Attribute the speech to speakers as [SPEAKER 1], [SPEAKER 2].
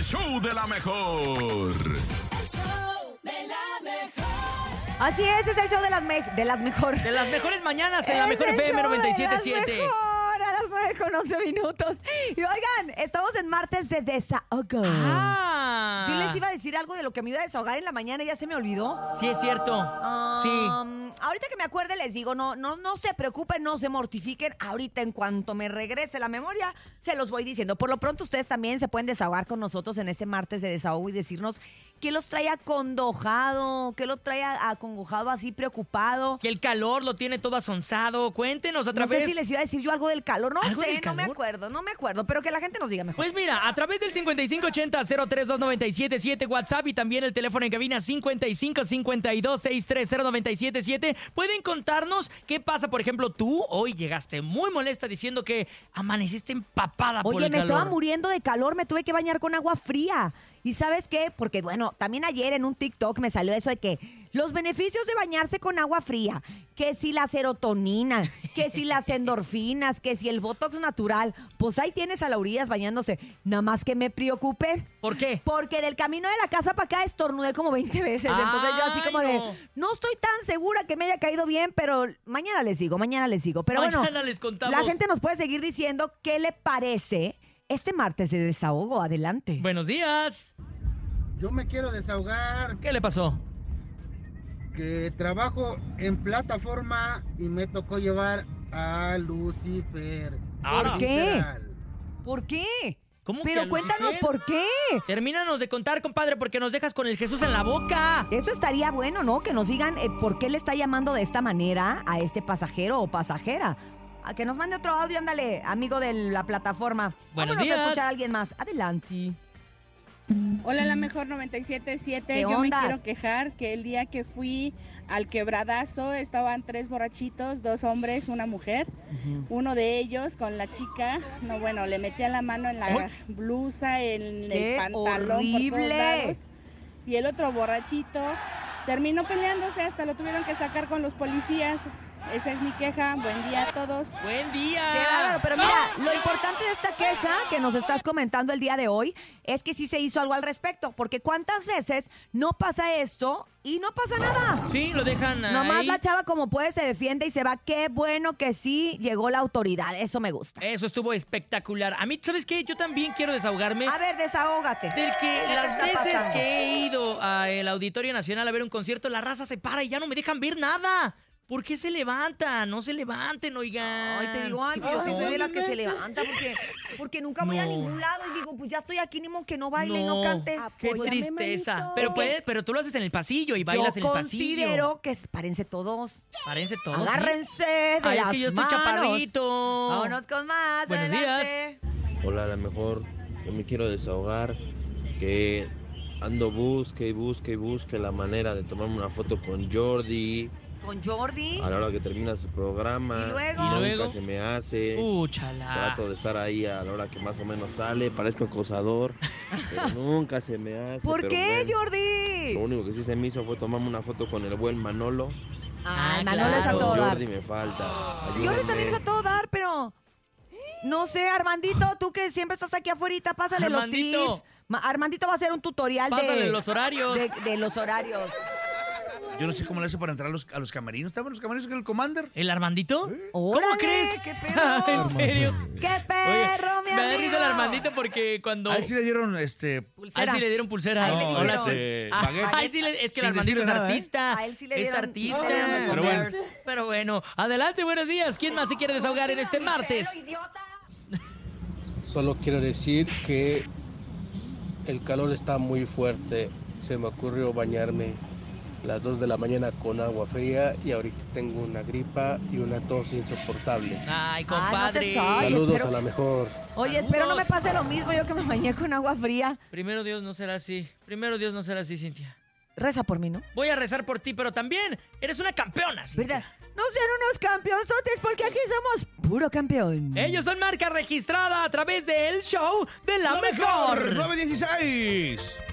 [SPEAKER 1] show de la mejor.
[SPEAKER 2] Así es, es el show de las, me- de las mejor.
[SPEAKER 3] De las mejores mañanas en la
[SPEAKER 2] Es
[SPEAKER 3] mejor
[SPEAKER 2] el
[SPEAKER 3] FM
[SPEAKER 2] show de las
[SPEAKER 3] 977.
[SPEAKER 2] mejor, A las 9 con 11 minutos. Y oigan, estamos en martes de desahogo.
[SPEAKER 3] Ah.
[SPEAKER 2] Yo les iba a decir algo de lo que me iba a desahogar en la mañana y ya se me olvidó.
[SPEAKER 3] Sí, es cierto. sí.
[SPEAKER 2] Um, Ahorita que me acuerde les digo, no, no, no se preocupen, no se mortifiquen. Ahorita en cuanto me regrese la memoria, se los voy diciendo. Por lo pronto ustedes también se pueden desahogar con nosotros en este martes de desahogo y decirnos qué los trae acondojado, qué lo trae a- acongojado así preocupado.
[SPEAKER 3] Que el calor lo tiene todo asonzado. Cuéntenos a
[SPEAKER 2] No
[SPEAKER 3] través.
[SPEAKER 2] sé si les iba a decir yo algo del calor, no
[SPEAKER 3] ¿Algo
[SPEAKER 2] sé,
[SPEAKER 3] del
[SPEAKER 2] no me
[SPEAKER 3] calor?
[SPEAKER 2] acuerdo, no me acuerdo, pero que la gente nos diga mejor.
[SPEAKER 3] Pues mira, a través del 5580-032977 WhatsApp y también el teléfono en cabina 5552-630977 pueden contarnos qué pasa. Por ejemplo, tú hoy llegaste muy molesta diciendo que amaneciste empapada por
[SPEAKER 2] Oye,
[SPEAKER 3] el
[SPEAKER 2] me
[SPEAKER 3] calor.
[SPEAKER 2] estaba muriendo de calor, me tuve que bañar con agua fría. ¿Y sabes qué? Porque bueno, también ayer en un TikTok me salió eso de que los beneficios de bañarse con agua fría, que si la serotonina, que si las endorfinas, que si el botox natural, pues ahí tienes a Laurías bañándose. Nada más que me preocupé.
[SPEAKER 3] ¿Por qué?
[SPEAKER 2] Porque del camino de la casa para acá estornudé como 20 veces. Entonces yo así
[SPEAKER 3] Ay,
[SPEAKER 2] como
[SPEAKER 3] no.
[SPEAKER 2] de, no estoy tan segura que me haya caído bien, pero mañana les digo, mañana les digo. Pero bueno,
[SPEAKER 3] Mañana les contamos.
[SPEAKER 2] la gente nos puede seguir diciendo qué le parece este martes de desahogo. Adelante.
[SPEAKER 3] Buenos días.
[SPEAKER 4] Yo me quiero desahogar
[SPEAKER 3] ¿Qué le pasó?
[SPEAKER 4] que trabajo en plataforma y me tocó llevar a Lucifer.
[SPEAKER 3] Ahora.
[SPEAKER 2] ¿Por qué?
[SPEAKER 4] Literal.
[SPEAKER 2] ¿Por qué?
[SPEAKER 3] ¿Cómo que
[SPEAKER 2] Pero
[SPEAKER 3] a
[SPEAKER 2] cuéntanos
[SPEAKER 3] Lucifer?
[SPEAKER 2] por qué.
[SPEAKER 3] Termínanos de contar, compadre, porque nos dejas con el Jesús en la boca.
[SPEAKER 2] Eso estaría bueno, ¿no? Que nos digan eh, por qué le está llamando de esta manera a este pasajero o pasajera. A que nos mande otro audio, ándale, amigo de la plataforma.
[SPEAKER 3] Buenos
[SPEAKER 2] Vámonos
[SPEAKER 3] días.
[SPEAKER 2] a escuchar a alguien más. Adelante.
[SPEAKER 5] Hola, la mejor 977.
[SPEAKER 2] ¿Qué
[SPEAKER 5] Yo
[SPEAKER 2] ondas?
[SPEAKER 5] me quiero quejar que el día que fui al quebradazo estaban tres borrachitos, dos hombres, una mujer. Uno de ellos con la chica, no bueno, le metía la mano en la
[SPEAKER 3] ¡Ay!
[SPEAKER 5] blusa, en
[SPEAKER 2] ¡Qué
[SPEAKER 5] el pantalón por
[SPEAKER 2] horrible!
[SPEAKER 5] todos lados. Y el otro borrachito terminó peleándose, hasta lo tuvieron que sacar con los policías. Esa es mi queja. Buen día a todos.
[SPEAKER 3] Buen día.
[SPEAKER 2] Qué bárbaro, pero mira,
[SPEAKER 3] Ah.
[SPEAKER 2] lo importante de esta queja que nos estás comentando el día de hoy es que sí se hizo algo al respecto, porque cuántas veces no pasa esto y no pasa nada.
[SPEAKER 3] Sí, lo dejan ahí.
[SPEAKER 2] Nomás la chava como puede se defiende y se va. Qué bueno que sí llegó la autoridad, eso me gusta.
[SPEAKER 3] Eso estuvo espectacular. A mí, ¿sabes qué? Yo también quiero desahogarme.
[SPEAKER 2] A ver, desahógate.
[SPEAKER 3] Del que
[SPEAKER 2] te
[SPEAKER 3] las
[SPEAKER 2] está
[SPEAKER 3] veces
[SPEAKER 2] pasando?
[SPEAKER 3] que he ido al Auditorio Nacional a ver un concierto, la raza se para y ya no me dejan ver nada. ¿Por qué se levantan? No se levanten, oigan.
[SPEAKER 2] Ay, te digo algo, yo sí soy de las que se levanta porque, porque nunca voy a
[SPEAKER 3] Ah. No.
[SPEAKER 2] ningún lado y digo, pues ya estoy aquí, ni modo que no baile y no cante.
[SPEAKER 3] Qué
[SPEAKER 2] Apóyame,
[SPEAKER 3] tristeza.
[SPEAKER 2] manito.
[SPEAKER 3] Pero, puedes- pero tú lo haces en el pasillo y bailas en
[SPEAKER 2] yo
[SPEAKER 3] el pasillo. ¿eh?
[SPEAKER 2] considero que párense todos.
[SPEAKER 3] Parece todo. ¿sí?
[SPEAKER 2] Agárrense de
[SPEAKER 3] Ay, Ah, es
[SPEAKER 2] las
[SPEAKER 3] que yo estoy
[SPEAKER 2] manos.
[SPEAKER 3] chaparrito.
[SPEAKER 2] Vámonos con más.
[SPEAKER 3] Buenos
[SPEAKER 2] adelante.
[SPEAKER 6] Hola, a lo mejor yo me quiero desahogar, que ando busque y busque y busque la manera de tomarme una foto con Jordi
[SPEAKER 2] Con Jordi.
[SPEAKER 6] a la hora que termina su programa.
[SPEAKER 2] Y luego.
[SPEAKER 3] Y luego. Uh.
[SPEAKER 6] Nunca se me hace.
[SPEAKER 3] Úchala.
[SPEAKER 6] Trato de estar ahí a la hora que más o menos sale, parezco acosador, pero nunca se me hace.
[SPEAKER 2] ¿Por
[SPEAKER 6] este pero
[SPEAKER 2] qué,
[SPEAKER 6] bueno, Lo
[SPEAKER 2] Jordi?
[SPEAKER 6] único que sí se me hizo fue tomarme una foto con el buen Manolo.
[SPEAKER 3] Ah,
[SPEAKER 2] Ay, Manolo es a
[SPEAKER 3] claro.
[SPEAKER 2] todo
[SPEAKER 6] Con
[SPEAKER 2] dar.
[SPEAKER 6] Jordi me falta.
[SPEAKER 2] Jordi también es
[SPEAKER 6] ayúdenme.
[SPEAKER 2] a todo dar, pero. No sé, Armandito, tú que siempre estás aquí afuera, pásale
[SPEAKER 3] Armandito.
[SPEAKER 2] los tips. Ma- Armandito va a hacer un tutorial de-
[SPEAKER 3] Pásale los horarios.
[SPEAKER 2] de, de los horarios.
[SPEAKER 7] Yo no sé cómo le hace para entrar a los, a los camerinos. ¿Estaban los camerinos con el commander?
[SPEAKER 3] ¿El Armandito? ¿Cómo
[SPEAKER 2] Órale,
[SPEAKER 3] crees?
[SPEAKER 2] ¡Qué perro!
[SPEAKER 3] ¿En serio?
[SPEAKER 2] ¡Qué perro, mi
[SPEAKER 3] me da risa el
[SPEAKER 2] amigo!
[SPEAKER 3] Armandito porque cuando...
[SPEAKER 7] A él sí le dieron este.
[SPEAKER 3] A él sí le dieron pulsera.
[SPEAKER 2] A él le
[SPEAKER 7] No,
[SPEAKER 2] dieron.
[SPEAKER 7] este,
[SPEAKER 3] Ah,
[SPEAKER 7] baguette.
[SPEAKER 3] a él sí le- es que el
[SPEAKER 7] Sin
[SPEAKER 3] Armandito
[SPEAKER 7] decirle
[SPEAKER 3] es
[SPEAKER 7] nada, ¿eh?
[SPEAKER 3] artista.
[SPEAKER 2] A él sí le
[SPEAKER 3] es
[SPEAKER 2] dieron-
[SPEAKER 3] artista.
[SPEAKER 2] sí le dieron de
[SPEAKER 3] Pero
[SPEAKER 2] comer.
[SPEAKER 3] bueno. Pero bueno, adelante, buenos días. ¿Quién más se quiere desahogar en este martes?
[SPEAKER 8] Solo quiero decir que el calor está muy fuerte. Se me ocurrió bañarme a las 2 de la mañana con agua fría y ahorita tengo una gripa y una tos insoportable.
[SPEAKER 3] Ay,
[SPEAKER 2] no te
[SPEAKER 3] compadre.
[SPEAKER 2] Ay,
[SPEAKER 8] Saludos
[SPEAKER 2] espero-
[SPEAKER 8] a la mejor.
[SPEAKER 2] Oye, espero no me pase lo mismo yo que me bañé con agua fría.
[SPEAKER 3] Primero Dios no será así. Primero Dios no será así, Cintia.
[SPEAKER 2] Reza por mí, ¿no?
[SPEAKER 3] Voy a rezar por ti, pero también eres una campeona, Cintia.
[SPEAKER 2] ¿Verdad? No sean unos campeonzotes porque aquí somos puro campeón.
[SPEAKER 3] Ellos son marca registrada a través del show de la mejor.
[SPEAKER 7] 916.